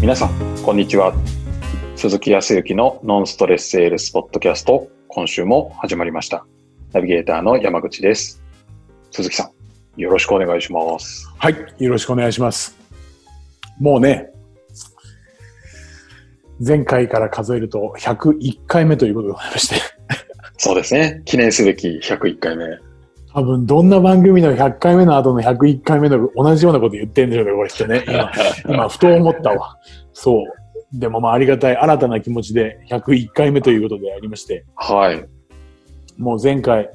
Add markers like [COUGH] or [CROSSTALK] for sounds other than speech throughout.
皆さん、こんにちは。鈴木康之のノンストレスセールスポッドキャスト、今週も始まりました。ナビゲーターの山口です。鈴木さん、よろしくお願いします。はい、よろしくお願いします。もうね、前回から数えると101回目ということでございまして、 [LAUGHS] そうですね。記念すべき101回目。多分どんな番組の100回目の後の101回目の同じようなこと言ってんでしょうね、これってね。今、今ふと思ったわ。そう。でもまあありがたい新たな気持ちで101回目ということでありまして、 [LAUGHS] はい。もう前回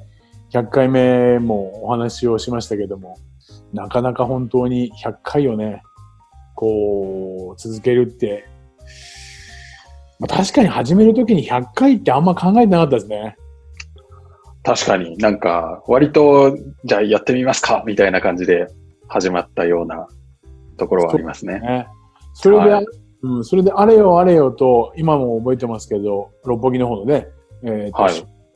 100回目もお話をしましたけども、なかなか本当に100回をね、こう、続けるって、まあ、確かに始めるときに100回ってあんま考えてなかったですね。確かになんか、割と、じゃあやってみますか、みたいな感じで始まったようなところはありますね。ねそれで、はいうん、それであれよあれよと、今も覚えてますけど、六本木の方のね、えーとはい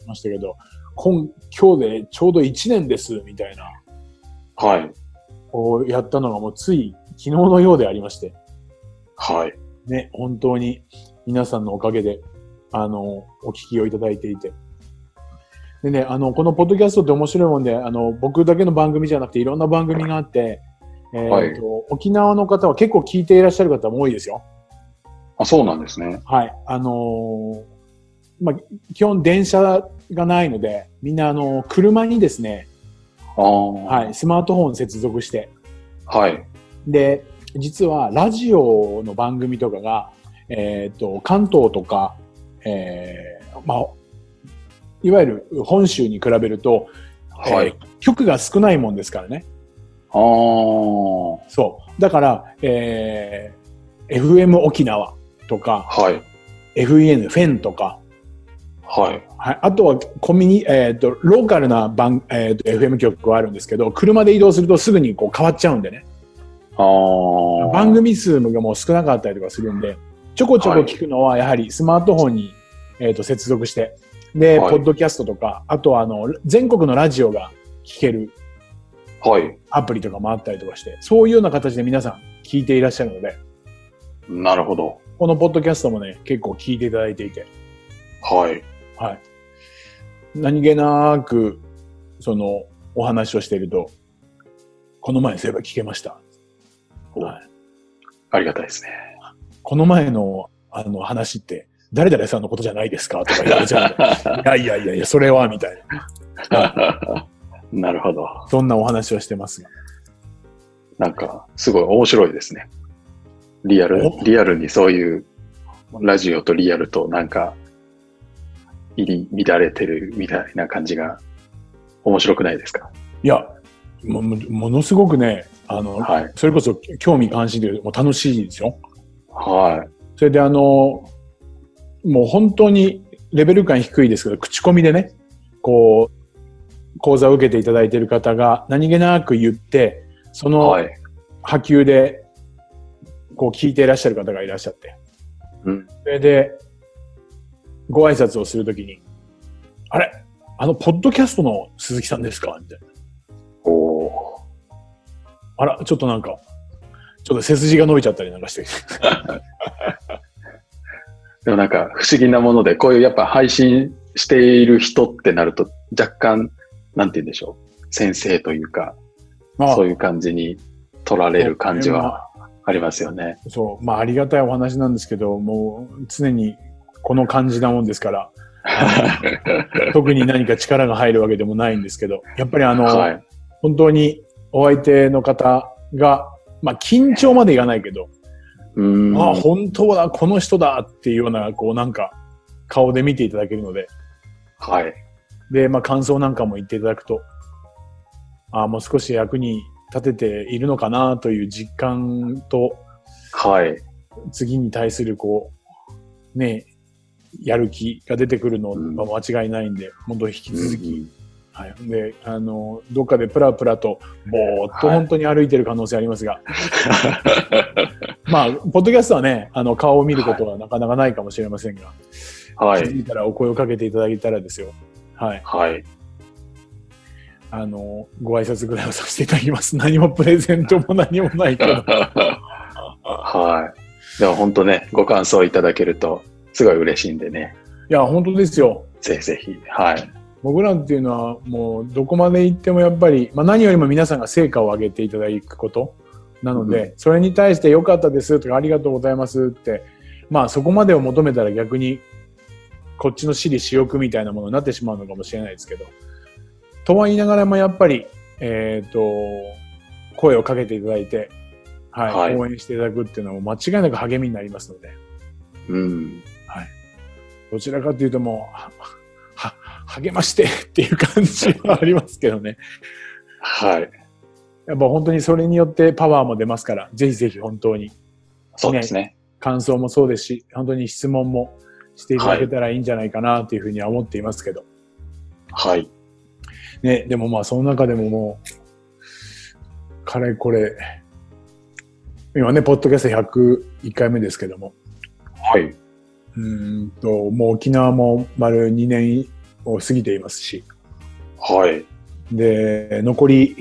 ましたけど、今、今日でちょうど1年です、みたいな、はい。こうやったのがもうつい昨日のようでありまして。はい。ね、本当に皆さんのおかげで、あの、お聞きをいただいていて。でね、あの、このポッドキャストって面白いもんで、あの、僕だけの番組じゃなくていろんな番組があって、えーはいと沖縄の方は結構聞いていらっしゃる方も多いですよ。あ、そうなんですね。はい。あのーまあ、基本電車がないので、みんなあの、車にですね、ああ。ははい、スマートフォン接続して、はい。で、実はラジオの番組とかが、えっ、と、関東とか、えーまあ、いわゆる本州に比べると、はえいー。局が少ないもんですからね。ああ。そう。だから、えー FM 沖縄とか、はい。 FEN フェンとか、はい。はい、あとはコミュニ、えっ、と、ローカルな番、えーと FM 局はあるんですけど、車で移動するとすぐにこう変わっちゃうんでね。ああ。番組数がもう少なかったりとかするんで、ちょこちょこ聞くのはやはりスマートフォンに、えー、と接続して、で、はいポッドキャストとか、あとはあの、全国のラジオが聞けるはい。アプリとかもあったりとかして、そういうような形で皆さん聞いていらっしゃるので、なるほど。このポッドキャストもね、結構聞いていただいていて、はい。はい。何気なく、その、お話をしていると、この前そういえば聞けました。はいありがたいですね。 [LAUGHS] この前のあの話って、誰々さんのことじゃないですかとか言われちゃうんでいやいやいやいや、それは、みたいな。なるほど。そんなお話をしてますが。なんか、すごい面白いですね。リアルお、リアルにそういう、ラジオとリアルとなんか、入り乱れてるみたいな感じが、面白くないですかいや、ももものすごくね、あの、はい。それこそ興味関心というもう楽しいですよ。はい。それであの、もう本当にレベル感低いですけど、口コミでね、こう、講座を受けていただいている方が何気なく言って、そはのい。波及で、こう聞いていらっしゃる方がいらっしゃって。うん。それで、ご挨拶をするときに、あれあの、ポッドキャストの鈴木さんですかみたいな。おー。あら、ちょっとなんか、ちょっと背筋が伸びちゃったりなんかして。でもなんか不思議なもので、こういうやっぱ配信している人ってなると若干、なんて言うんでしょう。先生というか、まそういう感じに取られる感じは。ありますよ [LAUGHS] ね。そう、まあありがたいお話なんですけど、もう常にこの感じなもんですから、 [LAUGHS] 特に何か力が入るわけでもないんですけど、やっぱりあの、はい。本当にお相手の方が、まあ緊張までいかないけど、うーん。あ、本当だ、この人だっていうような、こうなんか、顔で見ていただけるので、はい。で、まあ感想なんかも言っていただくと、ああ、もう少し役に立てているのかなという実感と、はい。次に対するこう、ね、やる気が出てくるのは間違いないんで、本当引き続き、うんはい。で、あの、どっかでプラプラと、ぼーっとはい本当に歩いてる可能性ありますが、 [LAUGHS] まあ、ポッドキャストはね、あの、顔を見ることはなかなかないかもしれませんが、は気い。づいたらお声をかけていただいたらですよ。はい。はい。あの、ご挨拶ぐらいをさせていただきます。何もプレゼントも何もないけど。はでも本当ね、ご感想いただけると、すごい嬉しいんでね、いや、本当ですよ。ぜひぜひ、はい。僕らっていうのはもうどこまで行ってもやっぱり、まあ、何よりも皆さんが成果を上げていただくことなので、それに対して良かったですとかありがとうございますって、まあそこまでを求めたら逆にこっちの私利私欲みたいなものになってしまうのかもしれないですけど、とは言いながらもやっぱり、えっ、と、声をかけていただいて、はい、はい応援していただくっていうのはもう間違いなく励みになりますので、うん。どちらかというともう、は、は励ましてっていう感じはありますけどね。はい。やっぱ本当にそれによってパワーも出ますから、ぜひぜひ本当にそうですね。感想もそうですし、本当に質問もしていただけたらいいんじゃないかなというふうには思っていますけど。はい。ね、でもまあその中でももう、かれこれ、今ね、ポッドキャスト101回目ですけども、はい。うーんと、もう沖縄も丸2年を過ぎていますし、はい。で、残り、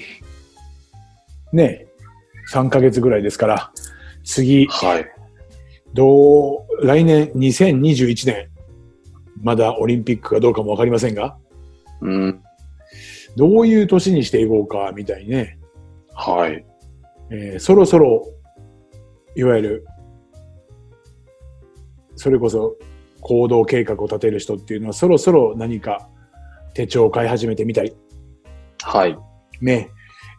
ね、3ヶ月ぐらいですから、次、はい。どう、来年2021年、まだオリンピックかどうかもわかりませんが、うん。どういう年にしていこうか、みたいにね、はい。えーそろそろ、いわゆる、それこそ行動計画を立てる人っていうのは、そろそろ何か手帳を買い始めてみたり、はい。ね、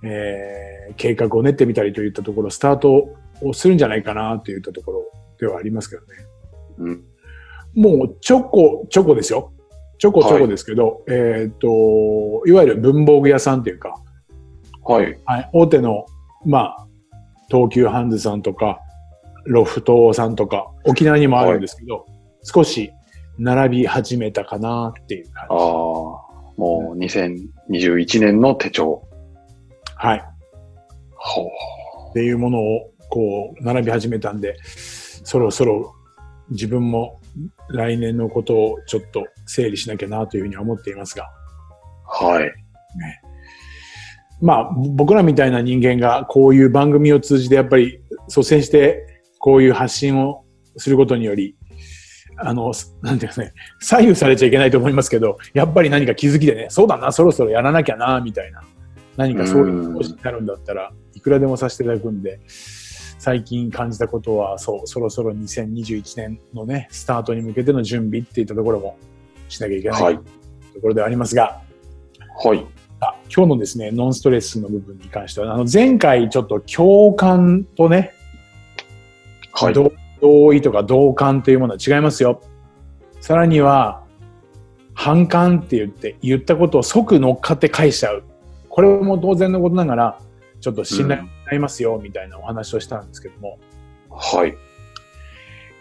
えー計画を練ってみたりといったところ、スタートをするんじゃないかな、といったところではありますけどね。うん。もうチョコ、チョコですよ。チョコチョコですけど、えっ、と、いわゆる文房具屋さんというか、はい。はい、大手の、まあ、東急ハンズさんとか、ロフトさんとか、沖縄にもあるんですけど、少し並び始めたかなっていう感ああ、じ。もう2021年の手帳。はい。ほう。っていうものをこう並び始めたんで、そろそろ自分も来年のことをちょっと整理しなきゃなというふうには思っていますが、はい。まあぼ僕らみたいな人間がこういう番組を通じてやっぱり率先してこういう発信をすることにより、あの、すなんていうんですかね、左右されちゃいけないと思いますけど、やっぱり何か気づきでね、そうだな、そろそろやらなきゃな、みたいな、何かそういう気持ちになるんだったら、いくらでもさせていただくんで、最近感じたことは、そう、そろそろ2021年のね、スタートに向けての準備っていったところもしなきゃいけないはい。ところではありますが、はい。あ今日のですね、ノンストレスの部分に関しては、あの前回ちょっと共感とね、はい。同同意とか同感というものは違いますよ。さらには、反感って言って、言ったことを即乗っかって返しちゃう。これも当然のことながら、ちょっと信頼を失いますよ、みたいなお話をしたんですけども、はい。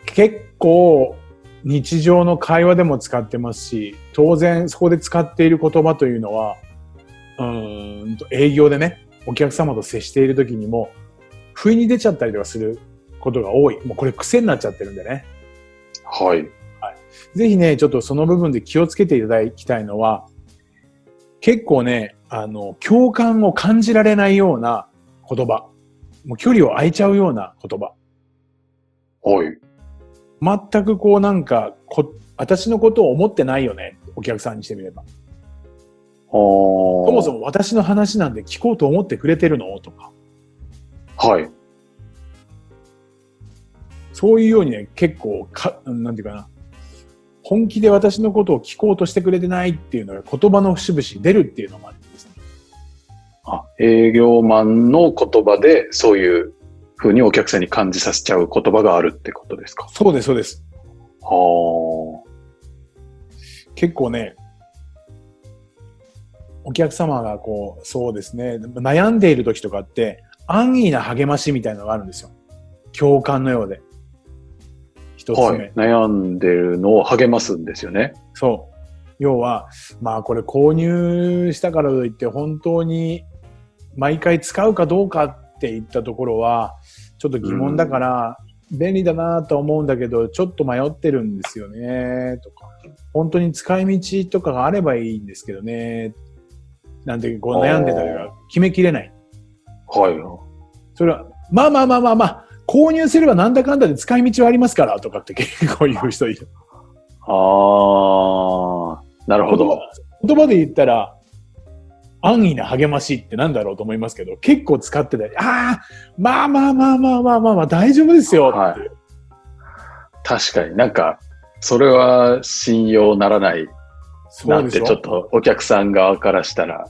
結構日常の会話でも使ってますし、当然そこで使っている言葉というのは、うーんと営業でね、お客様と接している時にも、不意に出ちゃったりとかすることが多い。もうこれ癖になっちゃってるんでね。はい。ぜひね、ちょっとその部分で気をつけていただきたいのは、結構ね、あの、共感を感じられないような言葉。もう距離を空いちゃうような言葉。はい。全くこうなんかこ、私のことを思ってないよね。お客さんにしてみれば。そそもそも私の話なんて聞こうと思ってくれてるのとか。はい。そういうようにね、結構か、なんていうかな。本気で私のことを聞こうとしてくれてないっていうのが言葉の節々出るっていうのもあってですね。あ、営業マンの言葉で、そういうふうにお客さんに感じさせちゃう言葉があるってことですか。そうです、そうです。は結構ね、お客様がこう、そうですね、悩んでいる時とかって、安易な励ましみたいなのがあるんですよ。共感のようで。一つあ。目。はい。悩んでるのを励ますんですよね。そう。要は、まあこれ購入したからといって本当に毎回使うかどうかっていったところは、ちょっと疑問だから、便利だなとは思うんだけど、ちょっと迷ってるんですよね、とか。本当に使い道とかがあればいいんですけどね、なんてこう悩んでたりあが決めきれない。はい。それは、まあまあまあまあまあ、購入すればなんだかんだで使い道はありますからとかって結構言う人いる。ああ、なるほ言ど。葉言葉で言ったら、安易な励ましってなんだろうと思いますけど、結構使ってたり、ああ、まあまあまあまあまあまあまあ大丈夫ですよ。はい。確かになんか、それは信用ならないそな、うんでしてょちょっとお客さん側からしたら、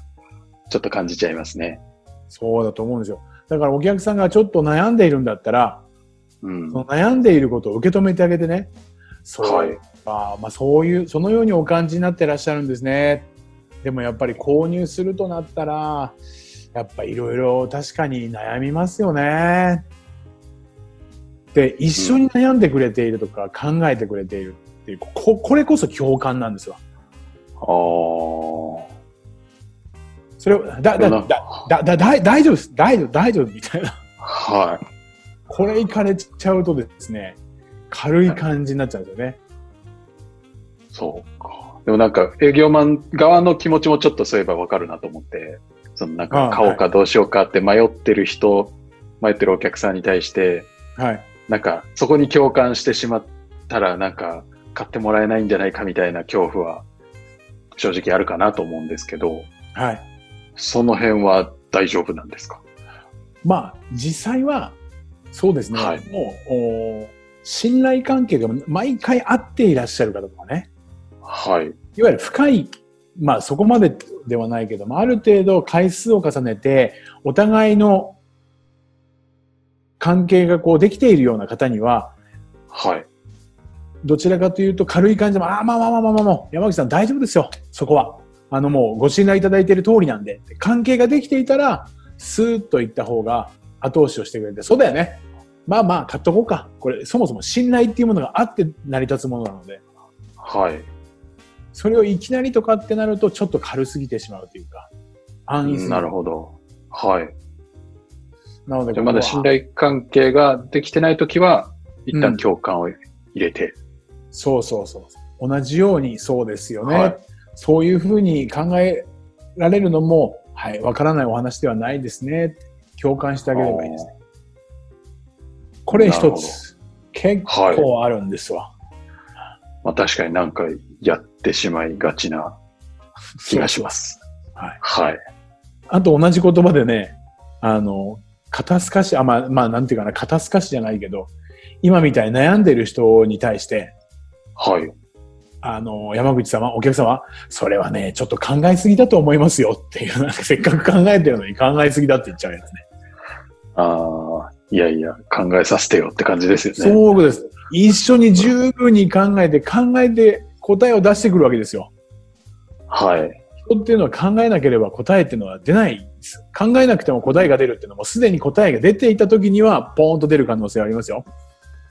ちょっと感じちゃいますね。そうだと思うんですよ。だからお客さんがちょっと悩んでいるんだったら、うんそ。の悩んでいることを受け止めてあげてね。そう、はいあーまあ、そういう、そのようにお感じになってらっしゃるんですね。でもやっぱり購入するとなったら、やっぱいろいろ確かに悩みますよね。で、一緒に悩んでくれているとか考えてくれているっていう、ここれこそ共感なんですわ。あそれを、だ、だ、でもだな、だ、だ、だ大丈夫です。大丈夫、大丈夫みたいな。あ。はい。これいかれちゃうとですね、軽い感じになっちゃうんですよね。そうか。でもなんか営業マン側の気持ちもちょっとそういえばわかるなと思って、そのなんあかあ買おうかどうしようかって迷ってる人、迷ってるお客さんに対して、はい。なんかそこに共感してしまったらなんか買ってもらえないんじゃないかみたいな恐怖は正直あるかなと思うんですけど、はい。その辺は大丈夫なんですかまあ、実際は、そうですね、はいもうおー、信頼関係が毎回合っていらっしゃる方とかね、はい。いわゆる深い、まあそこまでではないけども、ある程度回数を重ねて、お互いの関係がこうできているような方には、はい。どちらかというと軽い感じでも、ああ、まあまあまあまあまあまあ、山口さん大丈夫ですよ、そこは。あのもうご信頼いただいている通りなんで、関係ができていたら、スーッといった方が後押しをしてくれて、そうだよね。まあまあ、買っとこうか。これ、そもそも信頼っていうものがあって成り立つものなので、はい。それをいきなりとかってなると、ちょっと軽すぎてしまうというか、安易すぎるなるほど。はい。なのでじゃあまだここ信は頼関係ができてないときは、一うん旦共感を入れて。そうそうそう。同じようにそうですよね。はいそういうふうに考えられるのも、はい、わからないお話ではないですね。共感してあげればいいですね。これなる一ほどつ。結構あるんですわ。まあ確かに何回やってしまいがちな気がします。はい。はい。あと同じ言葉でね、あの、肩透かし、あ、まあ、まあ、なんていうかな、肩透かしじゃないけど、今みたいに悩んでる人に対して、はい。あの、山口様、お客様、それはね、ちょっと考えすぎだと思いますよっていう、なんかせっかく考えてるのに考えすぎだって言っちゃうやつね。ああ、いやいや、考えさせてよって感じですよね。そうです。一緒に十分に考えて、考えて答えを出してくるわけですよ。はい。人っていうのは考えなければ答えっていうのは出ないんです。考えなくても答えが出るっていうのはもうすでに答えが出ていた時にはポーンと出る可能性はありますよ。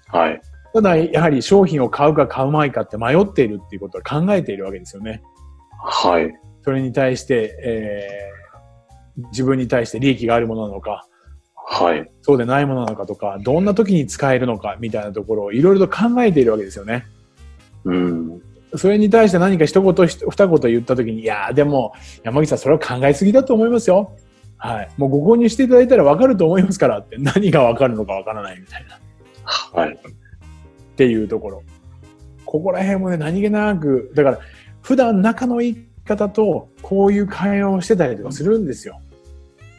はい。ただ、やはり商品を買うか買うまいかって迷っているっていうことは考えているわけですよね。はい。それに対して、えー自分に対して利益があるものなのか、はい。そうでないものなのかとか、どんな時に使えるのかみたいなところをいろいろと考えているわけですよね。うん。そそれに対して何か一言ひと二言言った時に、いやーでも山口さんそれは考えすぎだと思いますよ。はい。もうご購入していただいたらわかると思いますからって [LAUGHS] 何がわかるのかわからないみたいなっはい。ていうところ。ここら辺もね、何気なく、だから普段仲のいい方とこういう会話をしてたりとかするんですよ。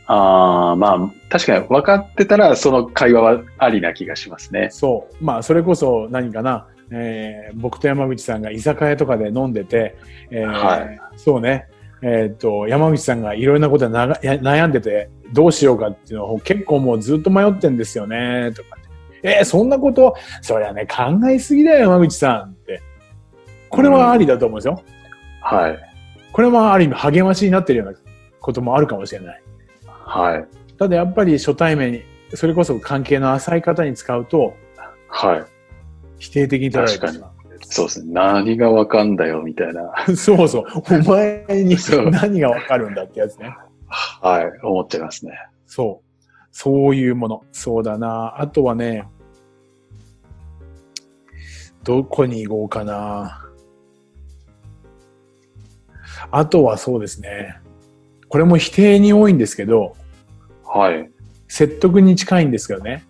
ああ、まあ、確かに分かってたら、その会話はありな気がしますね。そう。まあ、それこそ何かな、えー僕と山口さんが居酒屋とかで飲んでて、えーはいそうね、えーっと、山口さんがいろいろなことでながや悩んでて、どうしようかっていうのを結構もうずっと迷ってんですよね、とかって。えーそんなこと、そりゃね、考えすぎだよ、山口さんって。これはありだと思うんですよ。はい。これはある意味励ましになってるようなこともあるかもしれない。はい。ただやっぱり初対面に、それこそ関係の浅い方に使うと、はい。否定的に取られてしまう。そうですね。何が分かんだよ、みたいな。 [LAUGHS] そうそう。お前にそう何がわかるんだってやつね。はい。思っちゃいますね。そう。そういうもの。そうだな。あとはね、どこに行こうかな。あとはそうですね。これも否定に多いんですけど、はい。説得に近いんですけどね。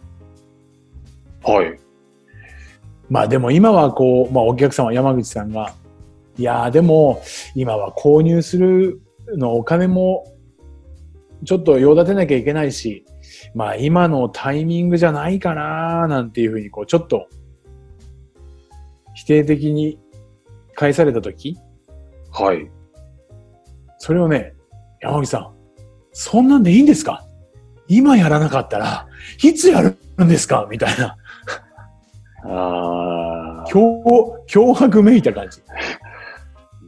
はい。まあでも今はこう、まあお客様山口さんが、いやーでも今は購入するのお金もちょっと用立てなきゃいけないし、まあ今のタイミングじゃないかなーなんていうふうにこうちょっと否定的に返された時、はい。それをね、山口さん、そんなんでいいんですか今やらなかったら、いつやるんですかみたいな、ああ、脅、脅迫めいた感じ。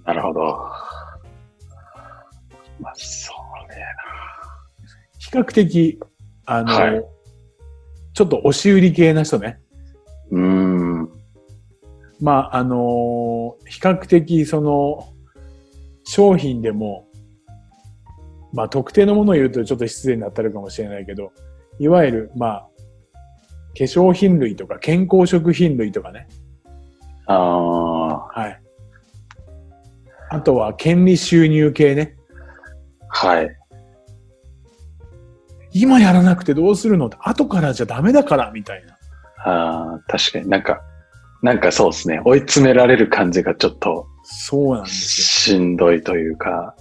なるほど。まあ、そうね。比較的、あの、はいちょっと押し売り系な人ね。うーん。まあ、あのー比較的、その、商品でも、まあ、特定のものを言うとちょっと失礼になったるかもしれないけど、いわゆる、まあ、化粧品類とか健康食品類とかね。ああ、はい。あとは、権利収入系ね。はい。今やらなくてどうするの後からじゃダメだから、みたいな。ああ、確かになんか、なんかそうですね。追い詰められる感じがちょっとそうなんですよ。しんどいというか。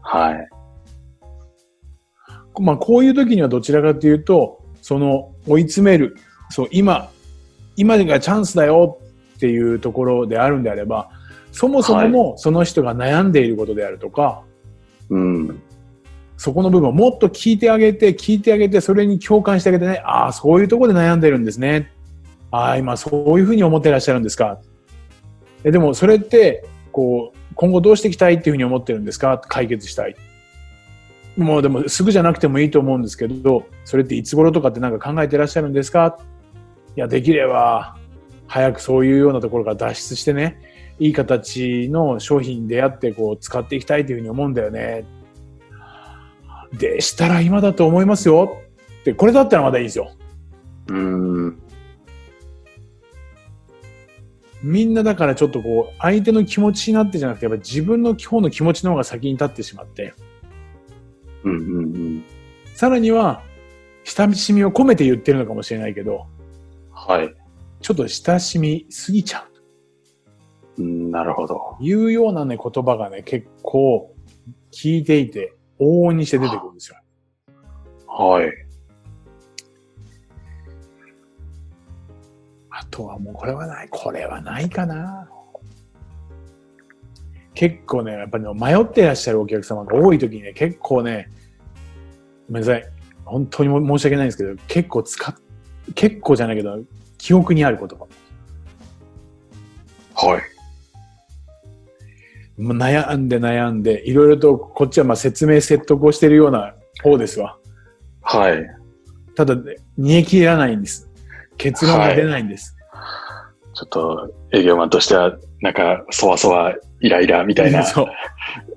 はい。まあ、こういう時にはどちらかというと、その追い詰める、そう、今、今がチャンスだよっていうところであるんであれば、そもそものその人が悩んでいることであるとか、うん。そこの部分をもっと聞いてあげて、聞いてあげて、それに共感してあげてね、ああ、そういうところで悩んでるんですね。ああ、今そういうふうに思ってらっしゃるんですか。えでも、それって、こう、今後どうしていきたいっていうふうに思ってるんですか解決したい。もうでも、すぐじゃなくてもいいと思うんですけど、それっていつ頃とかってなんか考えてらっしゃるんですかいや、できれば、早くそういうようなところから脱出してね、いい形の商品に出会って、こう、使っていきたいというふうに思うんだよね。でしたら今だと思いますよってこれだったらまだいいですようん。みんなだからちょっとこう相手の気持ちになってじゃなくてやっぱり自分の今日の気持ちの方が先に立ってしまってうんうんうん。さらには親しみを込めて言ってるのかもしれないけどはい。ちょっと親しみすぎちゃううんなるほど。というようなね言葉がね結構聞いていて往々にして出てくるんですよはい。あとはもうこれはない、これはないかな。結構ね、やっぱり、ね、迷ってらっしゃるお客様が多い時にね、結構ね、ごめんなさい。本当にも申し訳ないんですけど、結構使っ、結構じゃないけど、記憶にある言葉。はい。もう悩んで悩んで、いろいろとこっちはまあ説明説得をしているような方ですわ。はい。ただ、ね、煮え切らないんです。結論が出ないんです。ちょっと営業マンとしては、なんか、そわそわ、イライラみたいな [LAUGHS] そう。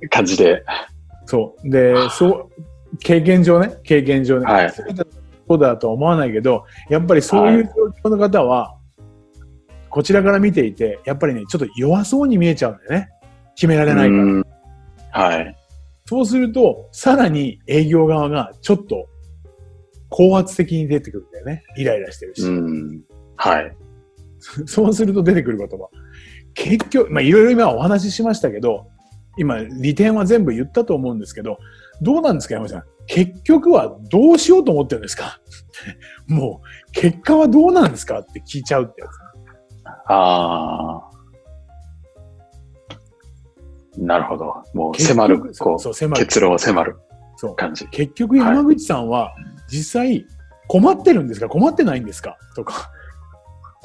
感じで。そう。で、そう、経験上ね、経験上ね、はい全てのことだとは思わないけど、やっぱりそういう状況の方は、こちらから見ていて、やっぱりね、ちょっと弱そうに見えちゃうんだよね。決められないから。うんはい。そうすると、さらに営業側がちょっと高圧的に出てくるんだよね。イライラしてるし。うん。はい。 [LAUGHS] そうすると出てくる言葉。結局、まあ、いろいろ今お話ししましたけど、今、利点は全部言ったと思うんですけど、どうなんですか、山口さん。結局はどうしようと思ってるんですか [LAUGHS] もう、結果はどうなんですかって聞いちゃうってやつ。ああ。なるほど。もう迫る結、局こ、そうう、迫る。結論を迫るそう。感じ。結局、山口さんは、実際、困ってるんですか困ってないんですかとか、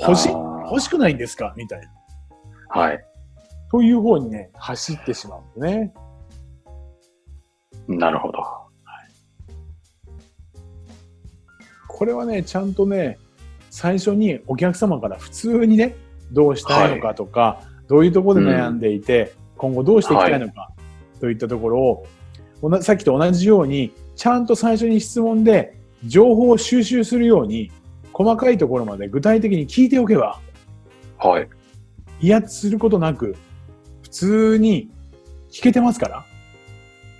欲しあいー欲しくないんですかみたいな。はい。という方にね、走ってしまうんでね。なるほど。これはね、ちゃんとね、最初にお客様から普通にね、どうしたいのかとか、どういうところで悩んでいて、今後どうしていきたいのか、といったところをおな、さっきと同じように、ちゃんと最初に質問で情報を収集するように、細かいところまで具体的に聞いておけば、はい。威圧することなく、普通に聞けてますから、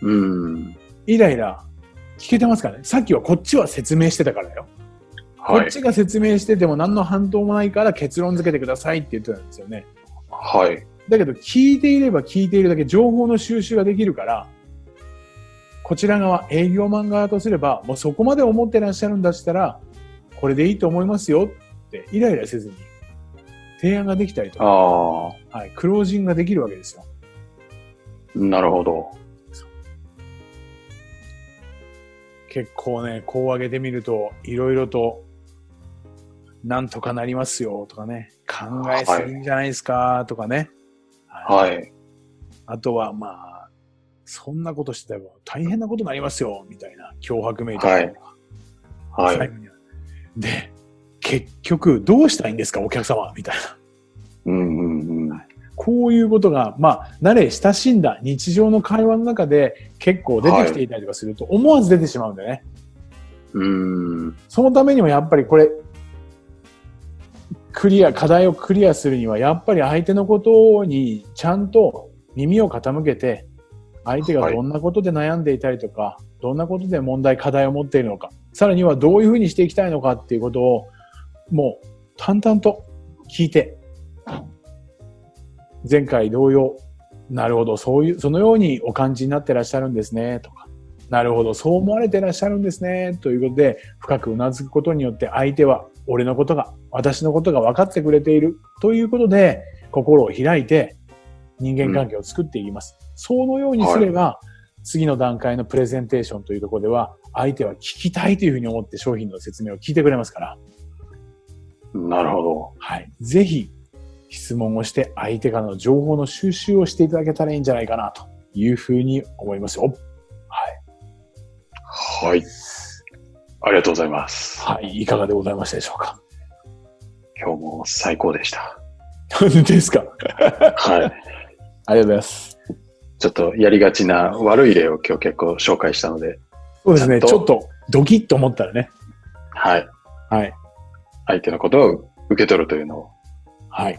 うん。イライラ聞けてますからね。さっきはこっちは説明してたからよ。こはっい。ちが説明してても何の反応もないから結論付けてくださいって言ってたんですよね。はい。だけど聞いていれば聞いているだけ情報の収集ができるから、こちら側営業マン側とすれば、もうそこまで思ってらっしゃるんだしたら、これでいいと思いますよってイライラせずに提案ができたりとか、ああ、はい、クロージングができるわけですよ。なるほど。結構ね、こう上げてみると、いろいろと、なんとかなりますよとかね、考えすぎんじゃないですかとかね。いはい。あとはまあ、そんなことしてたら大変なことになりますよ、みたいな脅迫めいたりとかは最い。後にはで、結局どうしたいんですか、お客様、みたいな。うんうんうん。こういうことが、まあ、慣れ親しんだ日常の会話の中で結構出てきていたりとかすると、思わず出てしまうんでね。うーん。そのためにもやっぱりこれ、クリア、課題をクリアするには、やっぱり相手のことにちゃんと耳を傾けて、相手がどんなことで悩んでいたりとか、どんなことで問題、課題を持っているのか、さらにはどういうふうにしていきたいのかっていうことを、もう淡々と聞いて、前回同様、なるほど、そういう、そのようにお感じになってらっしゃるんですね、とか、なるほど、そう思われてらっしゃるんですね、ということで、深くうなずくことによって相手は俺のことが、私のことが分かってくれているということで、心を開いて人間関係を作っていきます。そのようにすれば、次の段階のプレゼンテーションというところでは、相手は聞きたいというふうに思って商品の説明を聞いてくれますから、なるほど。はい。ぜひ、質問をして相手からの情報の収集をしていただけたらいいんじゃないかなというふうに思いますよ。はい。ありがとうございます。はい。いかがでございましたでしょうか [LAUGHS] 今日も最高でした。何ですかはい。ありがとうございます。ちょっとやりがちな悪い例を今日結構紹介したので、そうですね。ちゃんちとょっとドキッと思ったらね。はい。はい。相手のことを受け取るというのをはい。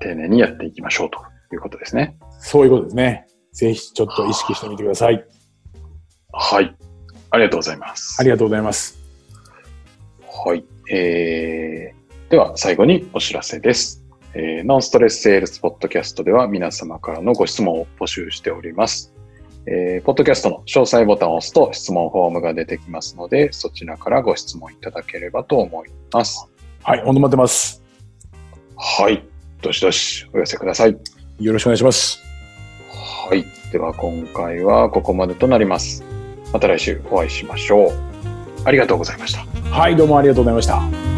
丁寧にやっていきましょうということですね。そういうことですね。ぜひちょっと意識してみてください。はい。ありがとうございます。ありがとうございます。はい。えー、では、最後にお知らせです。えーノンストレスセールスポッドキャストでは皆様からのご質問を募集しております。えーポッドキャストの詳細ボタンを押すと質問フォームが出てきますので、そちらからご質問いただければと思います。はい。ほんと待ってます。はい。どしどしお寄せください。よろしくお願いします。はい。では、今回はここまでとなります。また来週お会いしましょう。ありがとうございました。はい。どうもありがとうございました。